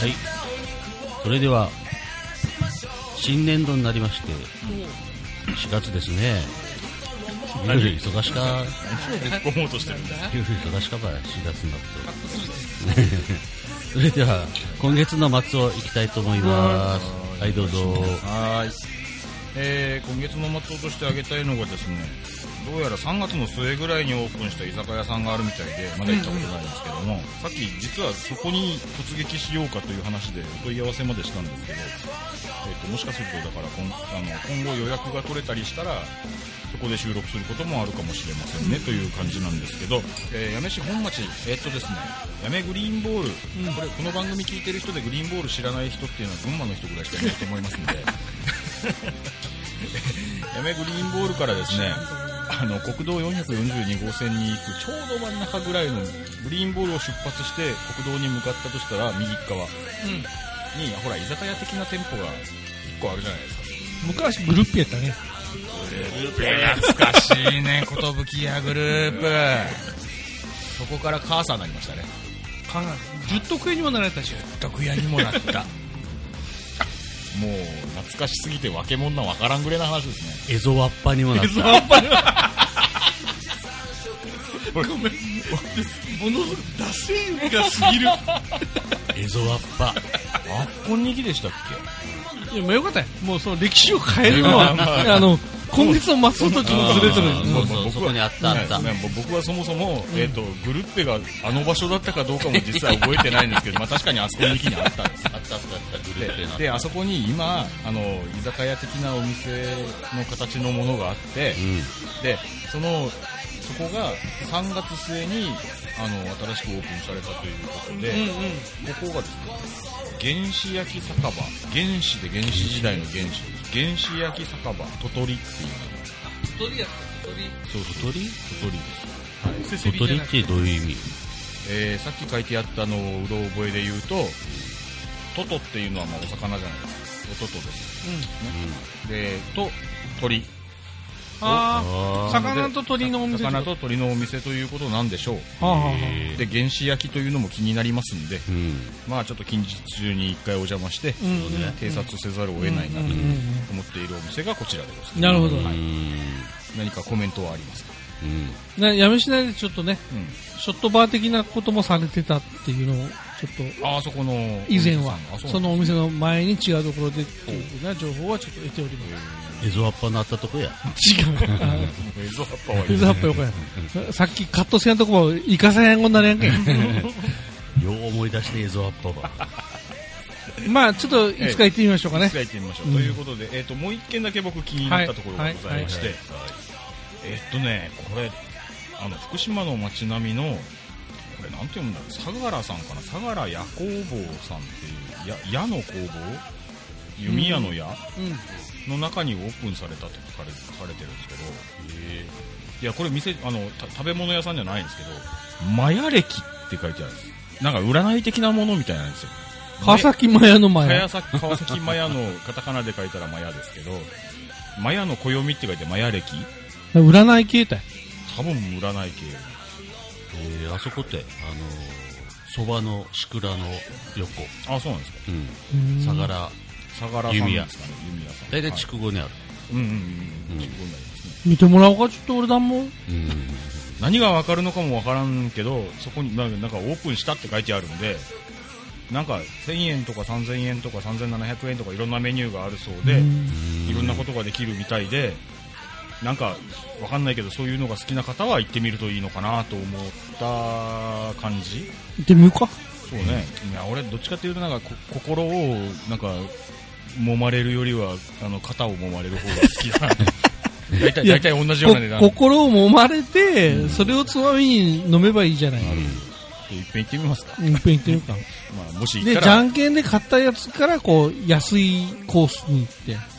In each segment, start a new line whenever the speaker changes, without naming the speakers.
はいそれでは新年度になりまして4月ですねゆうゆう忙しか
突っ込もうとしてるんです
ゆうゆう忙しかば4月になると それでは今月の末をいきたいと思いますはいどうぞ
はーい、えー、今月の末としてあげたいのがですねどうやら3月の末ぐらいにオープンした居酒屋さんがあるみたいでまだ行ったことないんですけども、さっき実はそこに突撃しようかという話でお問い合わせまでしたんですけど、えー、ともしかするとだから今あの今後予約が取れたりしたらそこで収録することもあるかもしれませんねという感じなんですけど、えー、八女市本町、えーっとですね、八女グリーンボール、これこの番組聞いてる人でグリーンボール知らない人っていうのは群馬の人ぐらいしかいないと思いますので 八女グリーンボールからですねあの国道442号線に行くちょうど真ん中ぐらいのグリーンボールを出発して国道に向かったとしたら右側に、ほら居酒屋的な店舗が1個あるじゃないですか
昔グループやったね。
懐かしいね、ことぶきやグループ。そこから母さんになりましたね。
かな十徳屋にもなられたし。
楽屋にもなっ た。もう、懐かしすぎて、わけもんなわからんぐれな話ですね。
エゾワッパにもなっ
そ
た
う、やっぱり。
ごめん。もの、出せがすぎる。あ
エゾワッパ
っこんにきでしたっ
いや、まあよかったよ。もうその歴史を変えるのは、
まあ まあ
あの、今月の末とちょっとずれてる
あー
うん
そうそうそこにあったあった
ねね僕はそもそも、えっと、グルッペがあの場所だったかどうかも実は覚えてないんですけど、まあ確かにあそこにきにあったんです。
あったあったあったグループな
であそこに今あの居酒屋的なお店の形のものがあって、でそのそこが3月末にあの新しくオープンされたということで、ここがですね原始焼き酒場原始で原始時代の原始原始焼き酒場ととりっていう
そう小鳥
ととりです
小鳥ってどういう意味
えーさっき書いてあったのをうろ覚えで言うと、トトっていうのはまあお魚じゃないですか。おトトです。ねで、と、鳥。
あ
あ
あ、
ー
魚と鳥のお店。
魚と鳥のお店ということなんでしょう。
はあはあは
え
で、原始焼きというのも気になりますんで、
ーうん
まあちょっと近日中に一回お邪魔して、
うんうん
偵察せざるを得ないなと
うんうんうん
思っているお店がこちらでございます。
あなるほど。
う
何かコメントはありますか
ん
ね、やめしないでちょっとね、
うん。
ショットバー的なこともされてたっていうのを、ちょっと、
ああそこの。
以前は
あ、そう
そのお店の前に違うところでっていうふうな情報はちょっと得ておりま
エゾワッパのあったとこや
す。違う。
エゾハッパはいい
水葉っぱよこや。さっきカットせんとこも行かせへんごになれんけん。
よう思い出してエゾワッパば
まあちょっといつか行ってみましょうかね
一。回行ってみましょう、ということで、えー、ともう一件だけ僕気になったところがございまして、
はい
えーっとねこれあの福島の街並みのこれなんて読むんだろう相良さんかな相良矢工房さんっていうや矢の工房弓矢の矢、
うん。
の中にオープンされたと書かれ書かれてるんですけど、いやこれ店あのた食べ物屋さんじゃないんですけどマヤ歴って書いてあるんですなんか占い的なものみたいなんですよ
川崎マヤの前
川。崎川崎マヤのカタカナで書いたらマヤですけど、マヤの暦って書いてマヤ歴
占い形態。
多分占い系。
えーあそこってあのそばのしくらの横
あ、そうなんですか。
うん
うん
相良
相良さんですかね。弓矢さん。
大体筑後にある
はい。うんうんうん。
うん
筑後になりますね。
見てもらおうか、ちょっと俺だもん。
うん
何がわかるのかもわからんけど、そこになんかなんかオープンしたって書いてあるんで、なんか1000円とか3000円とか3700円とかいろんなメニューがあるそうで、いろんなことができるみたいで、なんかわかんないけど、そういうのが好きな方は行ってみるといいのかなと思った感じ。
行ってみようか。
そうね、いや俺、どっちかっていうとなんかこ心をなんか揉まれるよりはあの肩を揉まれる方が好きだ な大体
いや
大体同じような値段
こ心を揉まれて、それをつまみに飲めばいいじゃない。
いっぺん行ってみますか、
うん、いっぺん行ってみようか。
まあ、もし行っ
で、
た
じゃ
ら
んけんで買ったやつから、こう、安いコースに行って。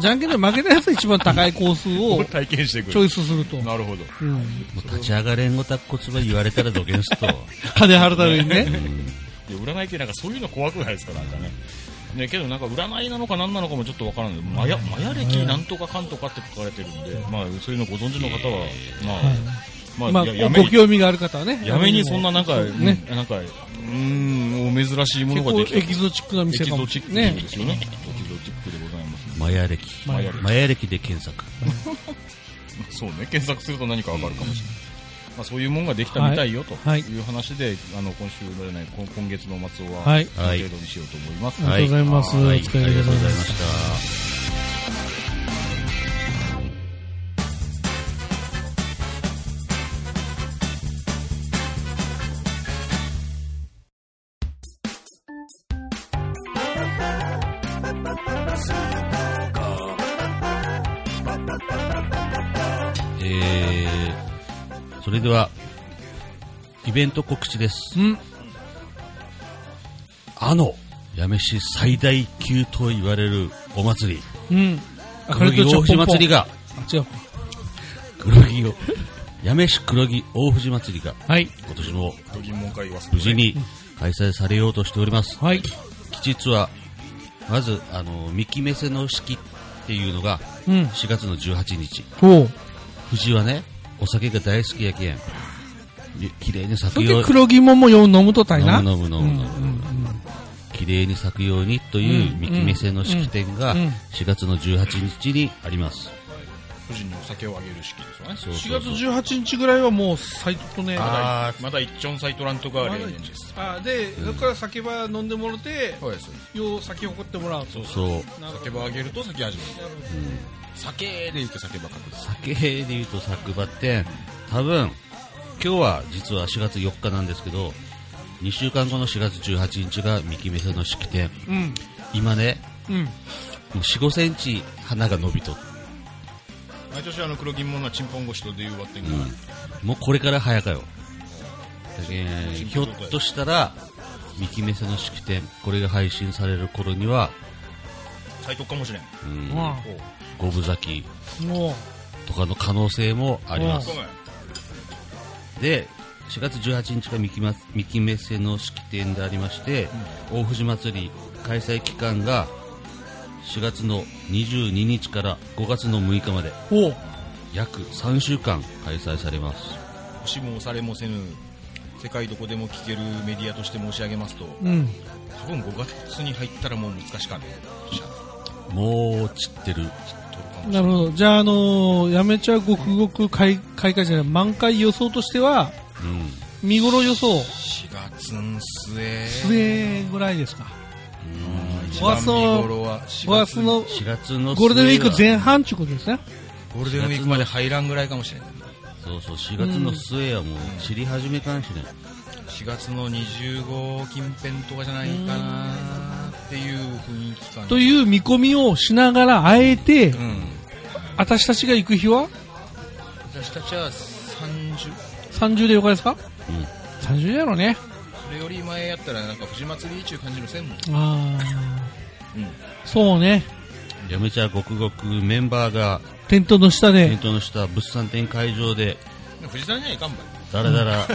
じゃんけんで負けたやつが一番高いコースを
体験してく
チョ
る
イスすると。
なるほど
うん。
もう立ち上がれんごたっこつば言われたらどげんすと
金払うためにね。
いや占いってなんかそういうの怖くないですかなんかねねけどなんか占いなのか何なのかもちょっとわからないマヤマヤ歴なんとかかんとかって書かれてるんで、まあ、そういうのご存知の方は、まあ、
まあ、
いや
ご興味がある方はね。
やめにそんななんか、
ね
ね、なんか、うーん、を珍しいもの
結
が
構
で
エ
きた。
キゾチックな
エ
店
キ
か
ゾ
も
チ
し
ッ
れ
ク
ないね。
ですよね。エキゾチックでございます。
マヤ歴。
マヤ
歴
マヤ歴で検索。
そうね、検索すると何かわかるかもしれない。まあそういうもんができたみたいよと
はい
いう話で、あの、今週じゃない、今今月の末は、
はい。
この程度にしようと思います。
ありがとうございます
はい、
お疲
あ
れ様
り
で
がと
ござ
う
い
ござ
ま
いま
し
した。えーそれでは、イベント告知です。
うん。
あの、八女市最大級と言われるお祭り、
うん。
黒木大藤祭り
が。
が、
あ、違う。
黒木を、八女市黒木大藤祭りが、
はい。
今年も
ドギモン会は
無事に開催されようとしております。
はい。
期日は、まず、あの、三木目瀬の式っていうのが、
うん。
4月の18日。
おう。
藤はね、お酒が大好きやけん、ゆ綺麗に咲
そ
く
れ
よ
で
う
黒木ももよう飲むとたいな。
飲む飲む飲む飲む
うんうん
綺麗に咲くようにという
うん
三木目線の式典が
うんうん
4月の18日にあります。
富士にお酒をあげる式ですよね。
そう
4
そう
月
そう
18日ぐらいはもうサイトとね、
まだ、まだ一丁サイトランとかは
ま
あ
だ
りえ
い
ないいんです。
あで、それから酒場飲んでもろて、
そうです。
よう酒誇ってもらうと。
そう。
なるほ
酒
ど
場あげると酒始める。酒で言って酒ばかり
酒で言うと作場って、多分、今日は実は4月4日なんですけど、2週間後の4月18日が三木目線の式典。
うん。
今ね、
うん。
もう4、5センチ花が伸びとっ
毎年あの黒銀ものはチンポン越しとで言うわってんが、
もうこれから早かよ。えーひょっとしたら、三木目線の式典、これが配信される頃には、
サイトかもしれん。
うん
ま
五分咲き
あ、もう。
とかの可能性もあります
ご。めん
で、4月18日が三木ま三木目瀬の式典でありまして、大藤祭り開催期間が4月の22日から5月の6日まで
おう。
約3週間開催されます。
押しも押されもせぬ世界どこでも聞けるメディアとして申し上げますと
うん。
多分5月に入ったらもう難しかねえ
もう散ってる。
なるほど。じゃあ、あのーやめちゃごくごく開開会じゃない、満開予想としては、
うん。
見頃予想、
4月ん末
末ぐらいですか。
一
五
番
月の
見頃は4
5月の
4月の
ゴールデンウィーク
末は
前半ってことですね。
ゴールデンウィークまで入らんぐらいかもしれない
そうそう、4月の末はもう散り始めかんしね。
4月の25近辺とかじゃないかなっていう雰囲気かな
という見込みをしながら、あえて、
うん
私たちが行く日は
私たちは30
30で4日ですか
うん。
?30 やろね。
それより前やったらなんか藤祭り中感じのせんもん
あ
うん
ーそうね。
やめちゃごくごくメンバーが
テントの下
テン
で、
トの下物産展会場で
藤沢にはいかんばい
だらだら、だ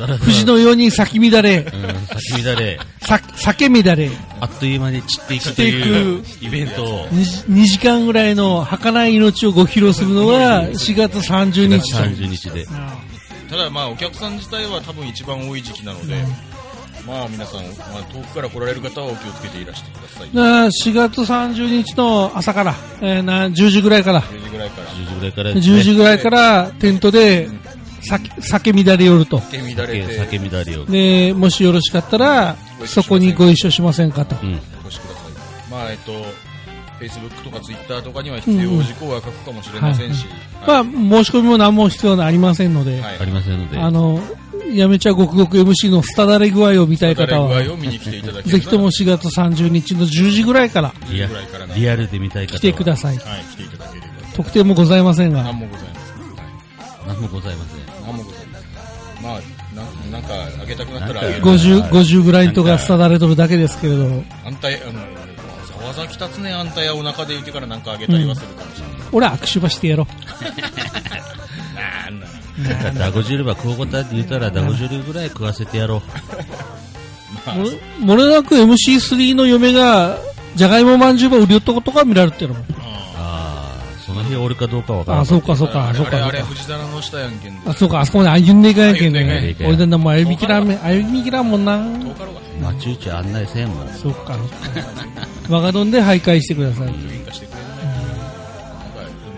らだら、
藤の4人咲き乱れ
う、ん、咲き乱れ、
さ、酒乱れ、
あっという間に散っていくという
散
イベントを、
2, 時間ぐらいの儚い命をご披露するのが4月
4
30日
月。30日で、
あ
ただまあお客さん自体は多分一番多い時期なので、まあ皆さん、まあ、遠くから来られる方はお気をつけていらしてください
ーなあ4月30日の朝から、えーな10時ぐらいから、
10時ぐらいか
10
ら
時ぐらいからですね、
10時ぐらいからテントで酒酒乱れ寄ると。
手乱れて
酒乱れを、
で、もしよろしかったら、そこにご一緒しませんかと。
うん、
お越しくださいまあえっと Facebook とか Twitter とかには必要事項は書くかもしれませんし、
ま
は
あ、
い
申し込みも何も必要ありませんので、
はい
ありませんので、
あの、やめちゃごくごく MC のスタダレ具合を見たい
誰
方
具
は、
合を見に来ていただければ
ぜひと も4月30日の10時ぐらいから
リア
ぐらいからな
リアルで見たい方は
来てください。
はい来ていただければ
特典もございませんが
何。もございません、はい、
何もございませ
何もございませんまあななんかあげたくなったらあげる
50、50ぐらいとかスタダレ取るだけですけれども。
あんたあのざわざきたつねあんたやお腹で言ってからなんかあげたりはするかもしれない、
俺は握手ばしてやろ
なんだな。
ん。ダゴ汁ば食おうこたって言うたら、ダゴ汁ぐらい食わせてやろ
まあ
う。ももれなく MC3 の嫁が、じゃがいもまんじゅうば売りよったことが見られるっていうのも。
う。ああ、その日俺かどうかわからな
あ、
い。
そうか、そうか、
あれ
そうか。
あれ、あれ、藤棚の下やんけんで。
あ、そうか、あそこに歩んでいかなきゃいけな
歩い
ていかん
い。
やけん
俺だんだんもう歩みきらんめ、歩みきらんもんな。
遠かろうが。
待ち打ち案内せん もん。
そうか。ワガドンで徘徊してください。
喧嘩してくれるね。なんか、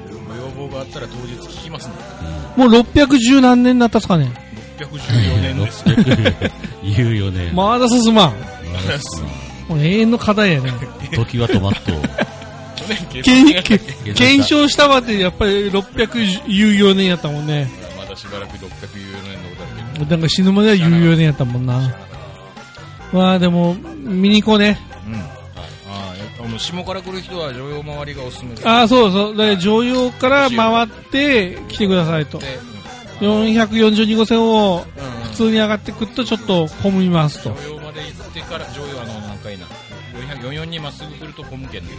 うんご要望があったら当日聞きますね。
もう610何年になったっすかね。
614年です。
言うよね。
まだ進
ま
まん。
あその
もう永遠の課題やね。
時は止まっとう。
去年警察にや
検
ったっけ
検証したまでやっぱり614年やったもんね。
まだしばらく614年のことだけど。
なんか死ぬまでは14年やったもんな。まあでも、見に行こうね。
うん。ああ、やっぱもう下から来る人は常用周りがおすすめです。
ああ、そうそう。だから常用から回って来てくださいと。
で、
442号線を
うん。うんうん
普通に上がってくっとちょっと混みますと。
常用まで行ってから、常用あの、何回な。444にまっすぐ来るとコム圏で。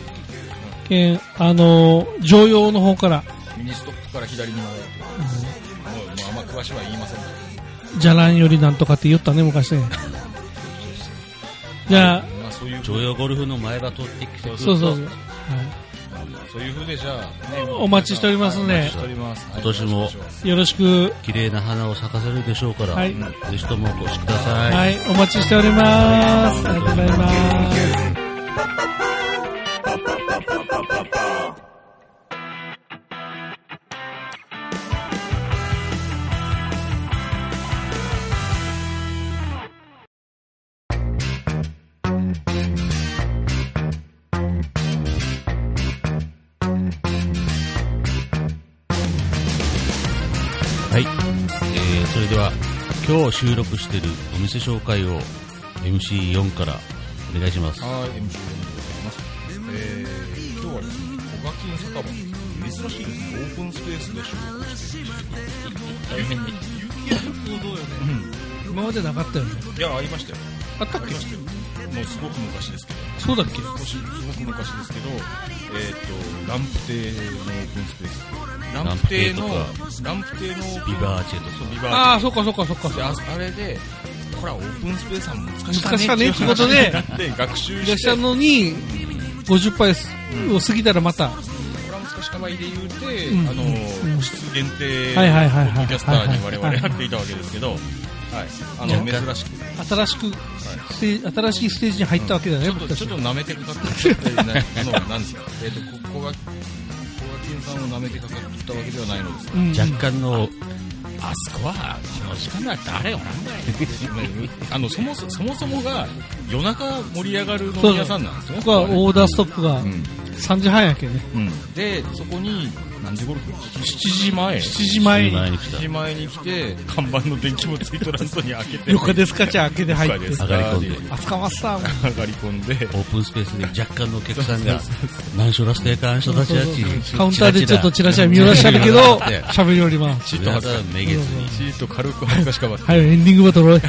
けんあのー常用の方から、
ミニストップから左に回ると。もう、もうあんま詳しくは言いませんけど。
じゃらんよりなんとかって言ったね、昔 ね。じゃあ、
まあそういう、
常用ゴルフの前歯取ってきてくると
そうそうそう。
今
は
そういう風でじゃあ、ね
お待ちしておりますね
はいお待ちしております。
今年も
いよろしく、
綺麗な花を咲かせるでしょうから、
はい
ぜひともお越しください。
はい、お待ちしております。ありがとうございます。
はい、えー、それでは今日収録しているお店紹介を MC4 からお願いします
はい、MC でございます。えー、今日はですね、小垣の酒場珍しいですね、オープンスペースで収録してる。大変に。
今までなかったよね。
いや、ありましたよ。
あったっ
ありましたよ。もうすごく昔ですけど、
そうだっけ
少し、すごく昔ですけど、えっ、と、ランプ亭のオープンスペース。ランプ亭の、ランプ亭のオープン
ビバーチェとか
そう、ビバーチェ
ああ、そっかそっかそっか。
でああれで、ほら、オープンスペースは難し
難しかねってことで
だって学習
いらっ
し、
してゃ
こ
るのに、50杯を過ぎたらまた、
れは難しかばいで言うて、
うん
あの、
うん
質限定、
はいはいはいは
ポッ
い
ドキャスターに我々
はいはい
やっていたわけですけど、はい、あ
若
の、
干
珍しく、
新しく、ステージ新しいステージに入ったわけだよね、
ちょっ
僕
と、
た
ちょっ。
ち
と舐めてかかった、なあの、なんですか、えっ、と、ここが、ここが金さんを舐めてかかったわけではないのです。
うん
若干の
あそこは、この時間だってあれよな、あの、そもそも、そもそもが、夜中盛り上がる飲み屋さんなんですよ。
僕はオーダーストップが
うん
3時半やけんね。
でそこに何時頃来る7時前7
7時前に。
前に来た
時前に来て看板の電気もついとらんとに開けて
よかですかじゃあ開けて入って。
上がり込んで
あつかました。
上がり込んで
オープンスペースで若干のお客さんが何所らしてやかん人たちやち
カウンターでちょっとチラシは見下ろしてあるけど、 喋りおります。
ちょっとめげずに
シート軽く恥ずかしかばって
はい、エンディングバトル。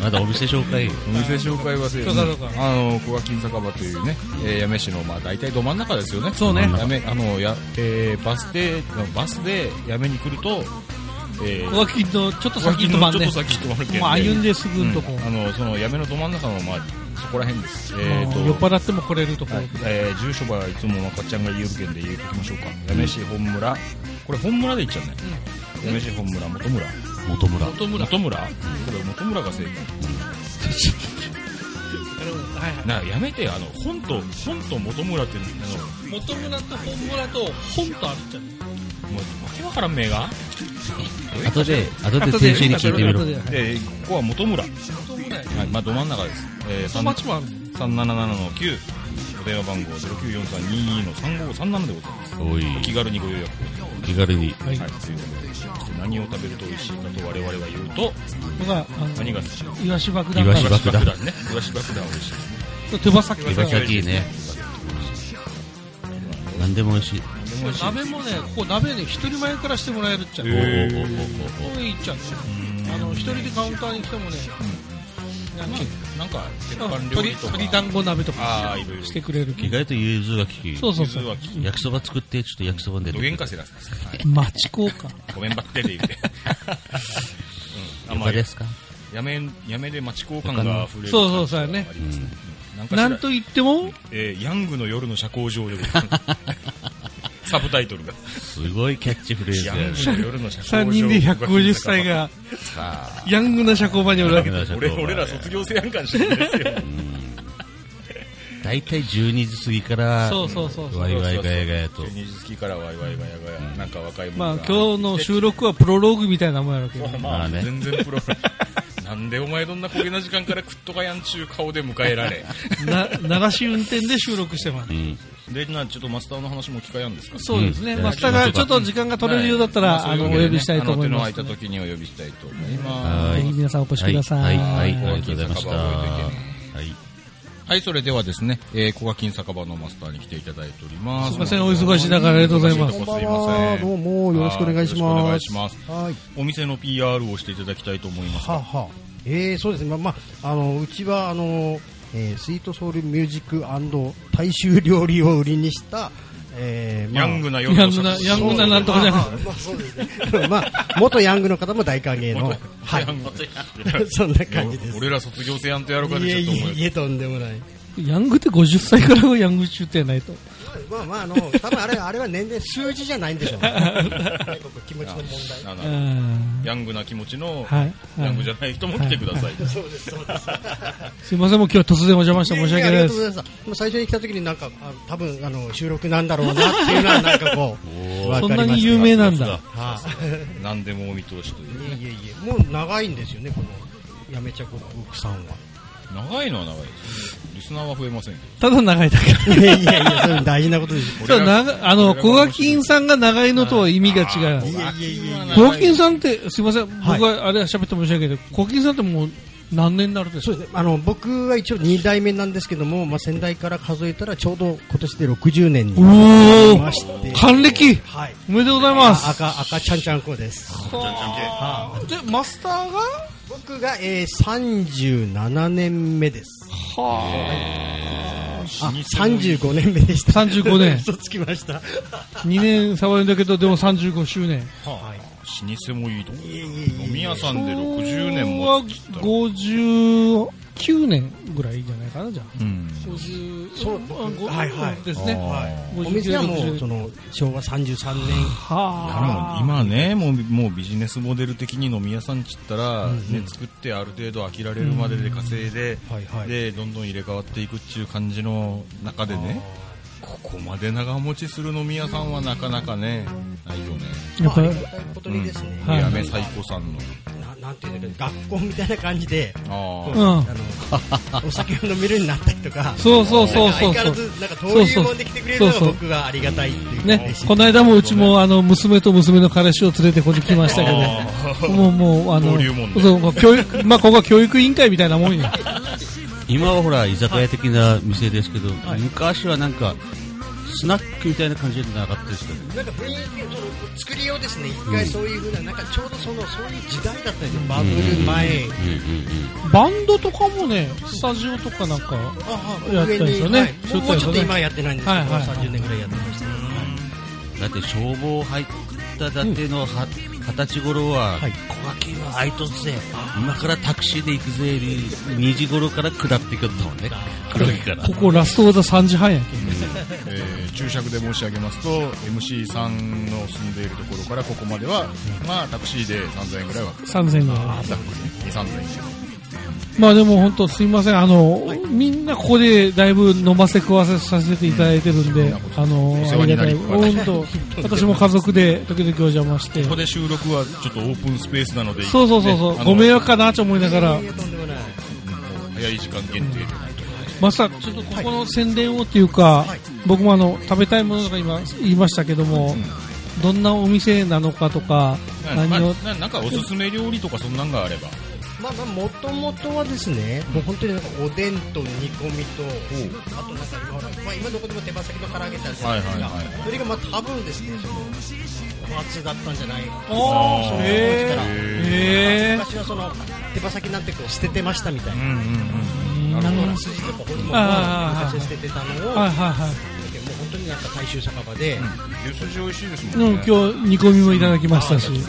まだお店紹介
お店紹介はせ
そうかそうか
あの小金酒場というね、えー、八女市のまあ大体ど真ん中ですよね
そうね
八女あのや、えー、バスでバスで八女に来ると、えー
小垣のちょっ
小
と先
金
に
の
止ま
ち
ん
ょっ
ね
と。先行ってもらうけ
もう歩んですぐんとこ。
あのその八女のど真ん中のまあそこら辺ですえ
酔
ー、と
っ払っても来れるとこ。
えー、住所はいつもまかっちゃんが言う件で言うときましょうか八女市本村これ本村で言っちゃうね、八女市本村元村
元村
元村元村これ元村が正解
はいはい。
なやめてあの本と本と元村ってあ
元村と本村と本とあるじゃん。
のもうわけわからん名が
後で後で店主に聞いてみろ
えー、ここは元村、はいまあ、ど真ん中です、えー、
小町もある。
377の9お電話番号094322の3537でございます
おい
お気軽にご予約
気軽に
はい。
はい、ということでそして何を食べると美味しいかと我々は言うと
僕は、あ
何
の、
が好き
イワシ爆弾
イワ
イ
シ
ワ
爆
シ
弾
爆弾ね。イワシ爆弾美味しいですね。
手羽先
手羽先ね何でも美味しい
鍋もね、ここ鍋ね、一人前からしてもらえるっちゃう。
おおおおお
ここいいっちゃうね。あの、一人でカウンターに来てもね、なんか
なんか、鉄板料
鶏
理とか。
鶏団子鍋と
あ
か
あ、いろいろ。
してくれる
お意外と融通が利き
そうそうそ
水は
う。
き
焼きそば作ってちょっと焼きそばで
どげんかせらす。はい
町効果。
ごめんばってで言って。うん。あん
いか
ま
が
り
で、すか
やめ、やめで町交換が溢れる。
そうそうそうやね
あります。なんかしら
なんと言っても、
えーヤングの夜の社交場でございます。サブタイトルが。
すごいキャッチフレーズ
ヤ
や
ン
ね
グの夜の社交
3人で150歳。が、ヤングな社交場におるわけだ。
俺、俺ら卒業生やんかんしてるんですよ。
大体12時過ぎから、
そうそうそうそう
ワイワイガヤガヤと。
12時過ぎからワイワイガヤガヤ。なんか若い
まあ
者が
今日の収録はプロローグみたいなもんやろうけど。
ま
ま
あ
あ
ね、
ね
全然プロ。 なんでお前どんな焦げな時間からクッとかやんちゅう顔で迎えられ。
な、鳴らし運転で収録してます
う。ん。
で、な、ちょっとマスターの話も聞かやんですか
そうですね。
うん
マスターがちょっと時間が取れるようだったら、
は
あ
い
の、お
まそううわけでね
呼びしたいと思います
あの手の空いた時にお呼びしたいと思います。
は
ぜひ
い。
皆さんお越しください。
はい、はい、はいありがとうございました。
は
はい
はい、それではですね、えー、小金酒場のマスターに来ていただいております。
すいませんお忙しい中ありがとうございます
お忙しいとこ
こ
す
ん
い
ばんは
ません。
どうもよろしくお願いします
はいよろしくお願いします。
はい。
お店の PR をしていただきたいと思います。
はあはあえー、そうですね。まあ、まあ、あの、うちは、あの、えースイートソウルミュージック大衆料理を売りにした、えー、ま
ヤ
あ
ングな夜
ヤ
の
ングな、
食
ヤングななんとかじゃない。
ああまあ、そうですね。 まあ、元ヤングの方も大歓迎の。はい。 そんな感じです。
俺ら卒業生やんとやろうか
い
で
え
ちょっと
い
思
えいえ、とんでもない。
ヤングって50歳からがヤング中ってないと。
まあまあ、あの、多分あれ、あれは年齢数字じゃないんでしょ う、ね。気持ちの問題。
う。あな
う
るほ
ん
どヤングな気持ちの、
はい。
ヤングじゃない人も来てください。
そうです、そうです。
すいません、もう今日突然お邪魔して申し訳ない
ありが
で
とうご
す。
ざいます。もう最初に来た時になんか、あ多分あの収録なんだろうなっていうのはなん かこう、わ
そ
か
んな
りました
に有名なんだ
は。
はい。
何でもお見通しという。
いえいえいえ、もう長いんですよね、この、やめちゃこくくさんは。
長いのは長いですね。リスナーは増えませんけ
ただ長いだけ。
いや いやいや、それ大事なことです。
ど。
じゃあ、長あの、
俺ら
小
が
垣院さんが長いのとは意味が違。
いうやいやいやいや。
小垣院さんって、すいません、僕
はい
はあれは喋って申し訳ないけど、小垣院さんってもう何年になるんです
そ
か
うですね、あの僕は一応2代目なんですけども、まあ、先代から数えたらちょうど今年で60年に
お
なり
ー
まして、
還暦
はい、
おめでとうございます
赤赤ちゃんちゃん子です。
はあで、マスターが
僕が、えー、37年目です。
は
あ、35年目でした。
35年
嘘つきました。
あ、2年差はあるんだけど、でも35周年。
はい。
老舗もいいとこ。
いえいえいえ
飲み屋さんで60年
昭和
も。
59年ぐらいじゃないかな、じゃあ。
うん。
50
そう
うん
はいはい
ですね。
はい
お店はもう、
59
その、昭和33年。
はあ
あの今ねもう、もうビジネスモデル的に飲み屋さんちったら、ね、作ってある程度飽きられるまでで稼いで、
はいはい
でどんどん入れ替わっていくっていう感じの中でねここまで長持ちする飲み屋さんはなかなかねないよね。
やっぱ
まあありがたいことにですね、
うん
はい
やめ最高さんの。
ななんていうんだけど、学校みたいな感じで、
ああ。
うん
あの、お酒を飲めるようになったりとか、
そうそうそうそう
相変わ
そ
ら
う。
ず、なんか登竜門で来てくれるのが
そうそう
僕がありがたいっていう
ね、この間もうちもあの娘と娘の彼氏を連れてここに来ましたけ ど、もうもうあの
登竜門、で
そう 教育まあここは教育委員会みたいなもんや。
今はほら、居酒屋的な店ですけど、昔はなんか、スナックみたいな感じじゃなかったですけど、
なんか雰囲気をその作りようですね、一回そういうふうな、なんかちょうどその、そういう時代だったんですよ、バブル前。
うんうんうん。
バンドとかもね、スタジオとかなんか、
あ
やったんですよね
はいもうもうちょっと今やってないんですけど、
はいはい
30年ぐらいやってました、
だって消防入っただてのは二十歳頃は、
はい
小垣は空いとっぜ今からタクシーで行くぜ2時頃から下ってくるのね黒木から
ここラストオーダー3時半やけん。
えー注釈で申し上げますと、MC さんの住んでいるところからここまでは、まあタクシーで3000円ぐらいは、
3000が。
ざっくり2、3000円。
まあでも本当すいません、あの、みんなここでだいぶ飲ませ食わせさせていただいてるんで、あの、
お世
あ
話
り
にな
がたい。
り
本当、私も家族で時々お邪魔して
こ。こで収録はちょっとオープンスペースなので、
そうそうそうそ
ね
う、
あの
ご迷惑かなと思いながら、
とんでもない
早い時間限定で。
まさちょっとここの宣伝をっていうか、僕もあの食べたいものとか今言いましたけども、どんなお店なのかとか、
まあ
何を、
ななんかおすすめ料理とかそんなんがあれば。
まあまあもともとはですね、もう本当になんかおでんと煮込みと、あとなんか今ほら、まあ、今どこでも手羽先の唐揚げってあるじゃないです
はいは
か、
いはい
それがまあ多分ですね、そのお初だったんじゃないかな
お
ー
へー
へ
昔はその手羽先なんてこう捨ててましたみたいな、
うんうん
ー
あのほら筋とか骨も昔
あー
は捨ててたのを、
はいはいは
もう本当になんか大衆酒場で、
うん。牛すじ美味しいです
い。でも
もん
今
ね。
日煮込みもいただきましたし、
美味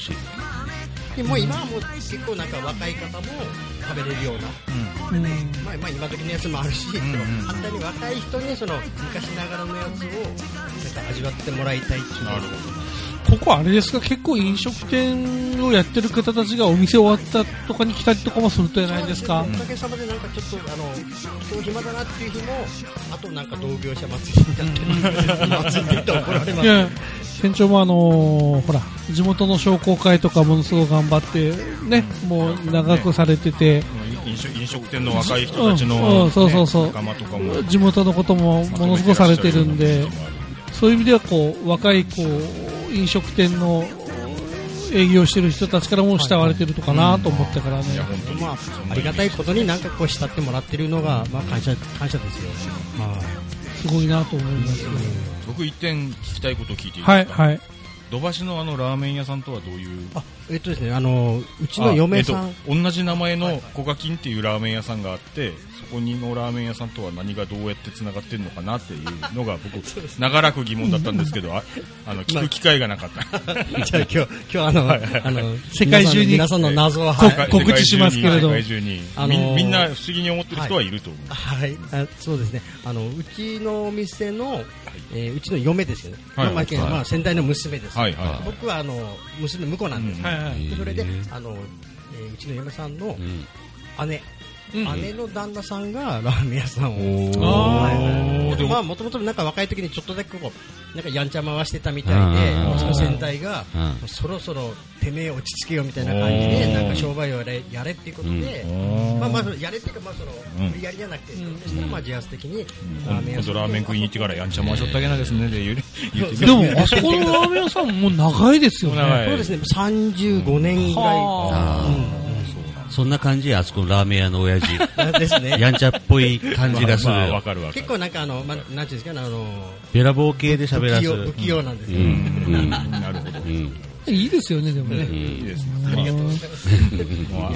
しい
でもう今はもう結構なんか若い方も食べれるような、
うん
まあ、まあ今時のやつもあるし、
んうん
反対に若い人にその昔ながらのやつをなんかた味わってもらいたいっていうの
な
が
るほど。
ここあれですか結構飲食店をやってる方たちがお店終わったとかに来たりとかもするじゃないですか、
おかげさまでなんかちょっとあの今日暇だなっていう日もあとなんか同業者祭りになってる祭りって言ったら怒られま
い
す
や店長もあのーほら地元の商工会とかものすごく頑張ってねもう長くされてて
飲食飲食店の若い人たちの、
うんそうそうそう
仲間とかも、
地元のこともものすごくされてるんでそういう意味ではこう若いこう飲食店の営業してる人たちからも慕われてるとかなと思ったからね、
いや、本当に。
まあ、ありがたいことになんかこう慕ってもらってるのが、まあ、感謝感謝ですよ、
すごいなと思いますね
僕一点聞きたいことを聞いていいですか、
はいはい
土橋のあのラーメン屋さんとはどういう
あえっとですねあのうちの嫁さん、
あえっと、同じ名前のコガキンっていうラーメン屋さんがあってそこにのラーメン屋さんとは何がどうやってつながってるのかなっていうのが僕長らく疑問だったんですけどああの聞く機会がなかった
じゃあ今日今日あの、あの
世界中に
皆さんの皆さんの謎は、
こ
はい
告知しますけれど
世界中に世界中に、
あのー
みみんな不思議に思ってる人はいると思う、
はい、あそうですねあのうちのお店の、えーうちの嫁ですよね、
はい
まあ
はい
まあ、先代の娘です、
はいはいはい
僕はあの娘婿なんです、
うん
はいはい
でそれで
へー
あの、えーうちの嫁さんの
うん
姉、
うん
姉の旦那さんがラーメン屋さんを
あ
はい
ーでも
まあもともとなんか若い時にちょっとだけこうなんかやんちゃ回してたみたいで
うん
うちの先代が
うん
もうそろそろてめえ落ち着けよみたいな感じで
おー
なんか商売をやれやれっていうことで
うん
まあまあそのやれっていうかまあその
うん
無理やりじゃなくてそしたらまあ自発的にラ
今
ーメン屋さ
度
ん
ラーメン食いに行ってからやんちゃ回しょったげなですねで言う言ってみ
でもあそこのラーメン屋さんもう長いですよね
長い
そうですね35年ぐらい
は
そんな感じあそこのラーメン屋の親父
うんですね
やんちゃっぽい感じがする、
まあまあわかるわか
結
る
構なんかあのまあなんていうんですかねあの
べらぼう系で喋ら
不器
す
用不器用なんです
う
よ
ん
なるほど、
うんうん
いいいですよねでもね、
いいですね、まあもう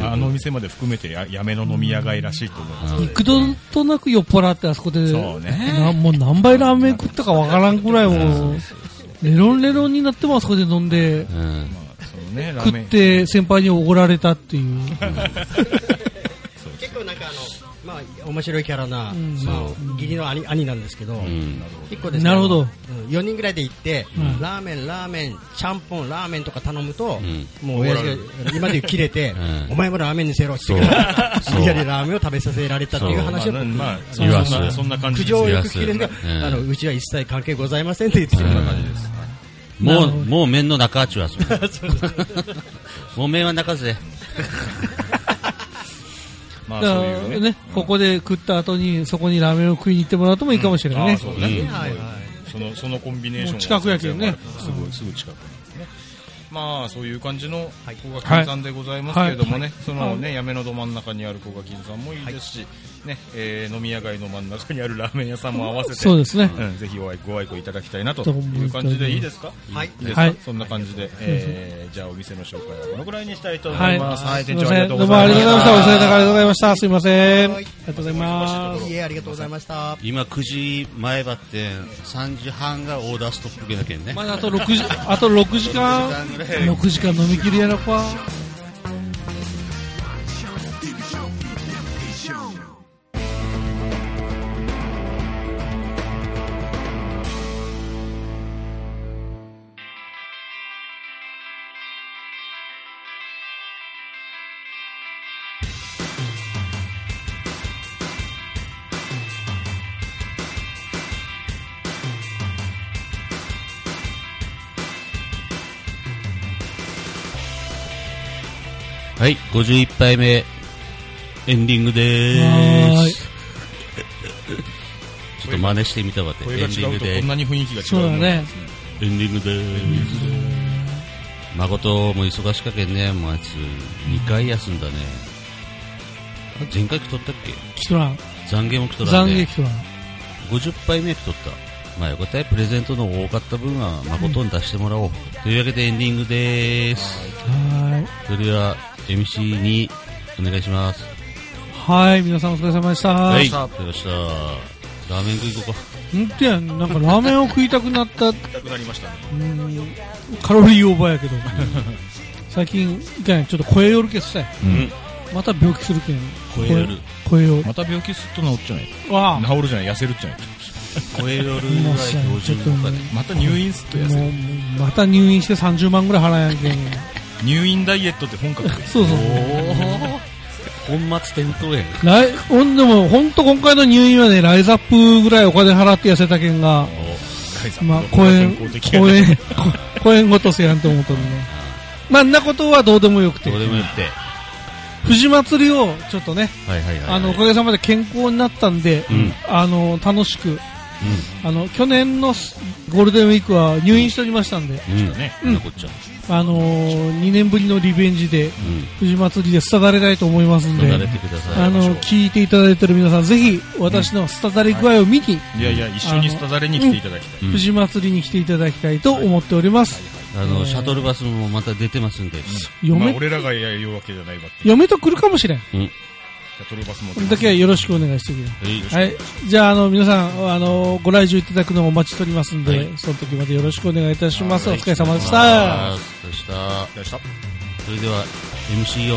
あの店まで含めてややめの飲み屋街らしいと思います
幾度となく酔っ払ってあそこで
そうね
なもう何杯ラーメン食ったかわからんくらいもうレロンレロンになってもあそこで飲んで
うん
そのね、ラー
食
メン
って先輩におごられたっていう
結構なんかあのまあ面白いキャラなまあ義理の兄兄なんですけど
うん
結構ですね
なるほど
うん4人ぐらいで行って、
うん
ラーメン、ラーメン、ちゃんぽん、ラーメンとか頼むと、
ん
もう親父が今で言う切れて、
うん
お前もラーメンにせろって言うから 無理やりラーメンを食べさせられたっていう話を
まあ、
僕
まあ、そ
言わす
んなそんな感じで
苦
す
情を
ね。
よく聞きですが、
うん
あのうちは一切関係ございませんって言ってきた感じです。
もうもう麺の中あちはそこもう麺は中ぜ
まあ、
だ
そ
か
う
ら
い
ね
うね。
ここで食った後にそこにラーメンを食いに行ってもらうともいいかもしれないね、
ああそうだね、
うん
はいはい
そのそのコンビネーション
も
は
う近くやけどね
すぐすぐ近くなんですね、まあそういう感じの小垣金さんでございますけれどもね、そのねやめのど真ん中にある小垣金さんもいいですし、ねえー飲み屋街の真ん中にあるラーメン屋さんも合わせて
そうですね
んぜひお愛ご愛顧いただきたいなと
どうも
いう感じでいいですか
はい
いいですか、
はい
そんな感じで、えーじゃあお店の紹介はこのぐらいにしたいと思います、はい、
す
店
み
長
ま
ありが
せん
とう
どう
ご
も
ざ
あ
い
り
ま
がとう
した
ございましたお忙しい中ありがとうございましたすいませんあ
はい
りがとうございます
いえ、ありがとうございました。
今9時前ばってん3時半がオーダーストップだけんね
まだあと6時あと6時間6時間飲み切りやろか
はい51杯目エンディングで
は
ー
ー い
すちょっと真似してみたわって
声
エ
が
ンディン
違う
グ
と
で
こんなに雰囲気が違う
そうだ
もんなん
ね
ですね
エンディングでーす誠も忙しかけんねもうあいつ2回休んだねあ前回来とったっけ
来とらん
残悔も来とらん
残
ね
撃とらん
50杯目取った。まあよかったよ、プレゼントの多かった分は誠に出してもらおう。というわけでエンディングでーす。
は
それでは MC にお願いします。
ーいはい皆さんお疲れ様でした
はい、よっしゃーラーメン食いここ
本当やんなんかラーメンを食いたくなった
痛くなりましたね
カロリーオーバーや けど最近いかんやちょっと声よるけっさい
うん
また病気するけん
超える。
声よる
また病気すっと治っちゃない
わあ
治るじゃない痩せるじゃない
超えるぐらい標準とかね。
また入院すっとやせ
もうまた入院して30万ぐらい払わなきゃいけない
入院ダイエットって本格で
そうそう
おお本末転倒やね。
来ほんでも本当今回の入院はねライザップぐらいお金払って痩せたけんがまあ公演公演公演ごとせやんと思っとるね まあんなことはどうでもよくて
どうでもよくて。
藤祭りをちょっとね
はいはいはいはい。
あのおかげさまで健康になったんで、
うん
あの楽しくあの去年のすゴールデンウィークは入院しておりましたんで、
うん。うん。
ね
なこっちゃん。
あのー、2年ぶりのリベンジで
うん。
藤祭りでスタダれたいと思いますん
と
で
慣れてください。
あの聞いていただいてる皆さんぜひ私のスタダれ具合を見に、
いやいや一緒にスタダレに来ていただきた
う
い
ん
藤祭りに来ていただきたいと思っております、
あの、シャトルバスもまた出てますんで。
まあ
嫁
俺らがやるわけじゃないわって
嫁と来るかもしれん
うん。はい。
シャトルバスも
それだけはよろしくお願いしてくれはい。じゃあ、あの、皆さん、あの、ご来場いただくのをお待ちしておりますんで、
はい
その時までよろしくお願いいたします。お
はい
疲れ様でし
あ
た。
ーでした。
よし
それでは、MC4、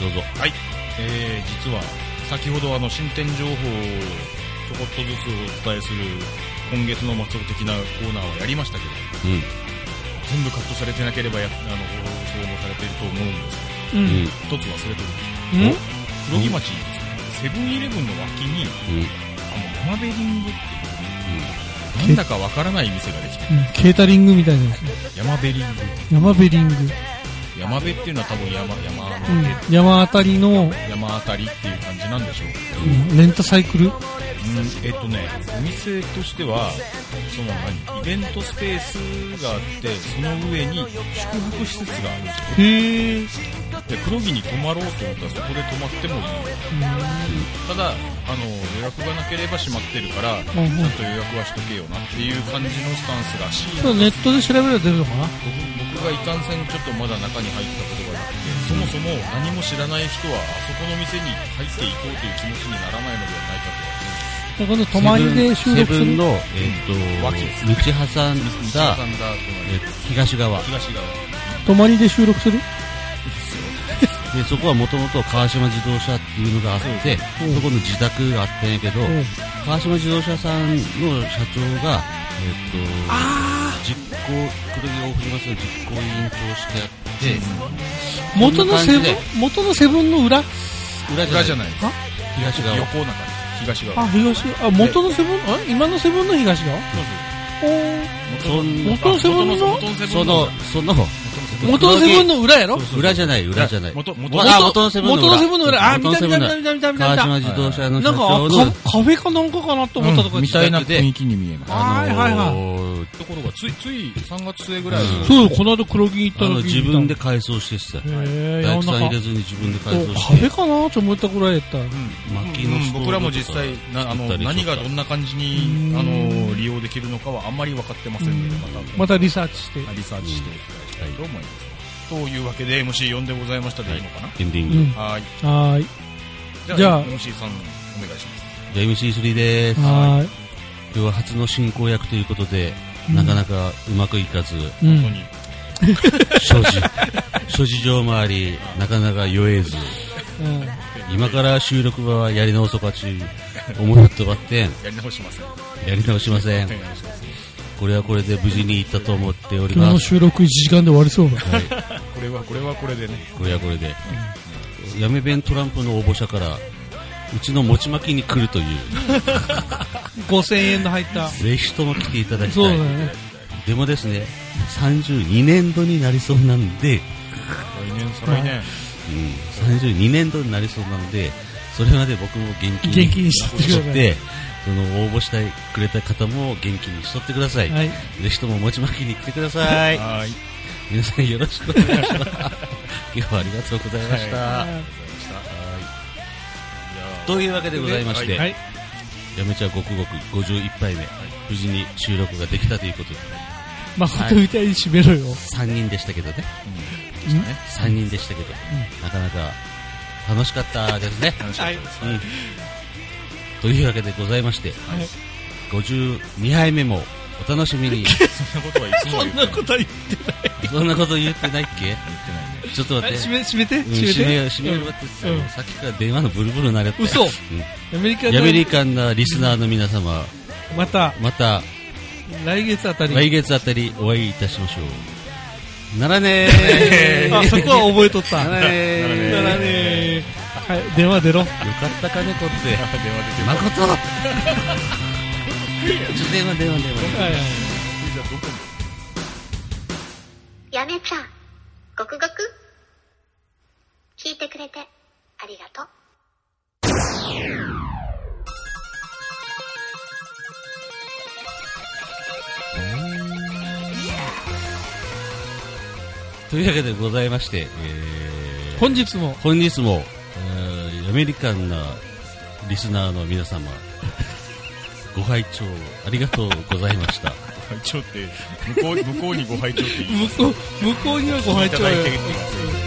どうぞ。
はい、えー、実は先ほどあの進展情報をちょこっとずつお伝えする今月の末的なコーナーはやりましたけど
うん。
全部カットされてなければやあの放送もされていると思うんです
う。
うんん。
けど一つ忘れてる
うん
黒木町にですねセブンイレブンの脇
うん。
にあの生ベリングっていうなんだかわからない店ができてる
うんケータリングみたいなやつ。
山ベリング
山ベリング。
山べっていうのは多分山山の
うん。山あたりの、
山あたりっていう感じなんでしょうけど
うんレンタサイクル。
うんえっとね、お店としては、その何イベントスペースがあって、その上に宿泊施設があるんです
へえ。
よ。で、黒木に泊まろうと思ったらそこで泊まってもいい。ただ、あの、予約がなければ閉まってるから、ち
うんうん
ゃんと予約はしとけよなっていう感じのスタンスらしい。
ネットで調べれば出るのかな
僕僕がいかんせんちょっとまだ中に入ったことがなくて、そもそも何も知らない人は、あそこの店に入っていこうという気持ちにならないのではないかと。
で今度、泊まりで収
セブ
録す
ン
る
の。、えっ
脇
と、道挟ん
さ
だ
ん、だ、
え東側。で、
東側。
泊まりで収録する
そこはもともと川島自動車っていうのがあって、
うん
そこの自宅があったんやけど、
うん
川島自動車さんの社長が、えっと、実行、黒木大藤松の実行委員長をしてやって、
元のセブ
こ
ン
んな感、
元のセブンの裏
じで
裏じゃ
ない。
ない。
東側。
横中東側
あ、東、あ、元のセブン、あ今のセブンの東側おー
そんな
元のセブンの
その、その、
元のセブンの裏やろ
裏じゃない、裏じゃない。
元元
わあ元のセブンの裏。
元のセブンの裏あ見た
元のセブンの裏
見た見た見た見た
川島自動車の
な
社
んか
長
あ
の、
カカフェかなんかかなと思ったとか言っ
う
て
んみたいな雰囲
気に見えま
あのー
はいはい
ところがついつい3月末ぐらい、
うん
そうよこの間黒木行った
あの
時
自分で改装してさ、
へえ
大
山
工さん入れ
中
ずに自分で
お
改装
カ
し
フ
て
ェ、かなと思ったくらいやった
薪
う
の
ん
ストーブとか
僕らも実際なあ
作っ
の
たりとか
何がどんな感じにあの利用できるのかはあんまり分かってませんのでまた
またリサーチして
リサーチしていただきたいと思います、というわけで MC4 でございましたでいいのかな、
エンディン
う
グ。
ん
はい
はーい
じゃあ
じゃあ
MC さんお願いします
じゃあ MC3 でーす。
は
今日は初の進行役ということで、
うん
なかなかうまくい かず、
ーいうん
本当に
諸事、諸事情もあり、なかなか酔えず、
うん
今から収録はやり直そうかち思いとばってん、
やり直しますね
やり直しません
や。り直しますね
これはこれで無事に行ったと思っており
今日
ま
の
す。
収録1時間で終わ りそうだ
はい、
これはこれはこれでね
これはこれで。やめ弁トランプの応募者から、うちの餅巻きに来るという、
5000円の入った
ぜひとも来ていただき
そう
た
だ
い。
ね
でもですね、32年度になりそうなんで、
来年再来年
うん、32年度になりそうなので、それまで僕も元気に
元気にしとってください
して、その応募してくれた方も元気にしとってください。
はい
ぜひとも餅巻きに来てください。
はーい
皆さんよろしくお願いしま す。今日はありがとうございました。というわけでございまして、
はい
やめちゃごくごく51杯目、無事に収録ができたということで、
誠みたいに締めろよ
3人でしたけどね、3人でしたけど、なかなか楽しかったですね。
はい
うんというわけでございまして、
い
52杯目もお楽しみ に。
そんなことはいつも
そ
言っ
ん
てない
なことは言ってない
そんなこと言ってないっけ
言ってないね
ちょっと待
はい
って
締。め締めて
うん締
締
めよう、
め
締めようって
うん
さ、さっきから電話のブルブルになれて。
嘘
うん
アメリカ
やめりかんなリスナーの皆様、
また
また
来月あたり。
来月あたりお会いいたしましょう。ならねー。
あ、そこは覚えとっ
な
た。な
ら
ら
ね
ね
ー。よ
ー。はい、電話出ろ。
かったか猫って。 誠 ちょっと電話電話電話。
やめちゃん、ごくごく。聞いてくれてありがとう。
というわけでございまして、え
本日も
ー、本日も、えーアメリカンなリスナーの皆様、ご拝聴ありがとうございました。
拝聴って、向こう、向こうにご拝聴って言い
向
ます。
こう向こうにはご
い
拝
た
聴
だい
よ
てるって言います。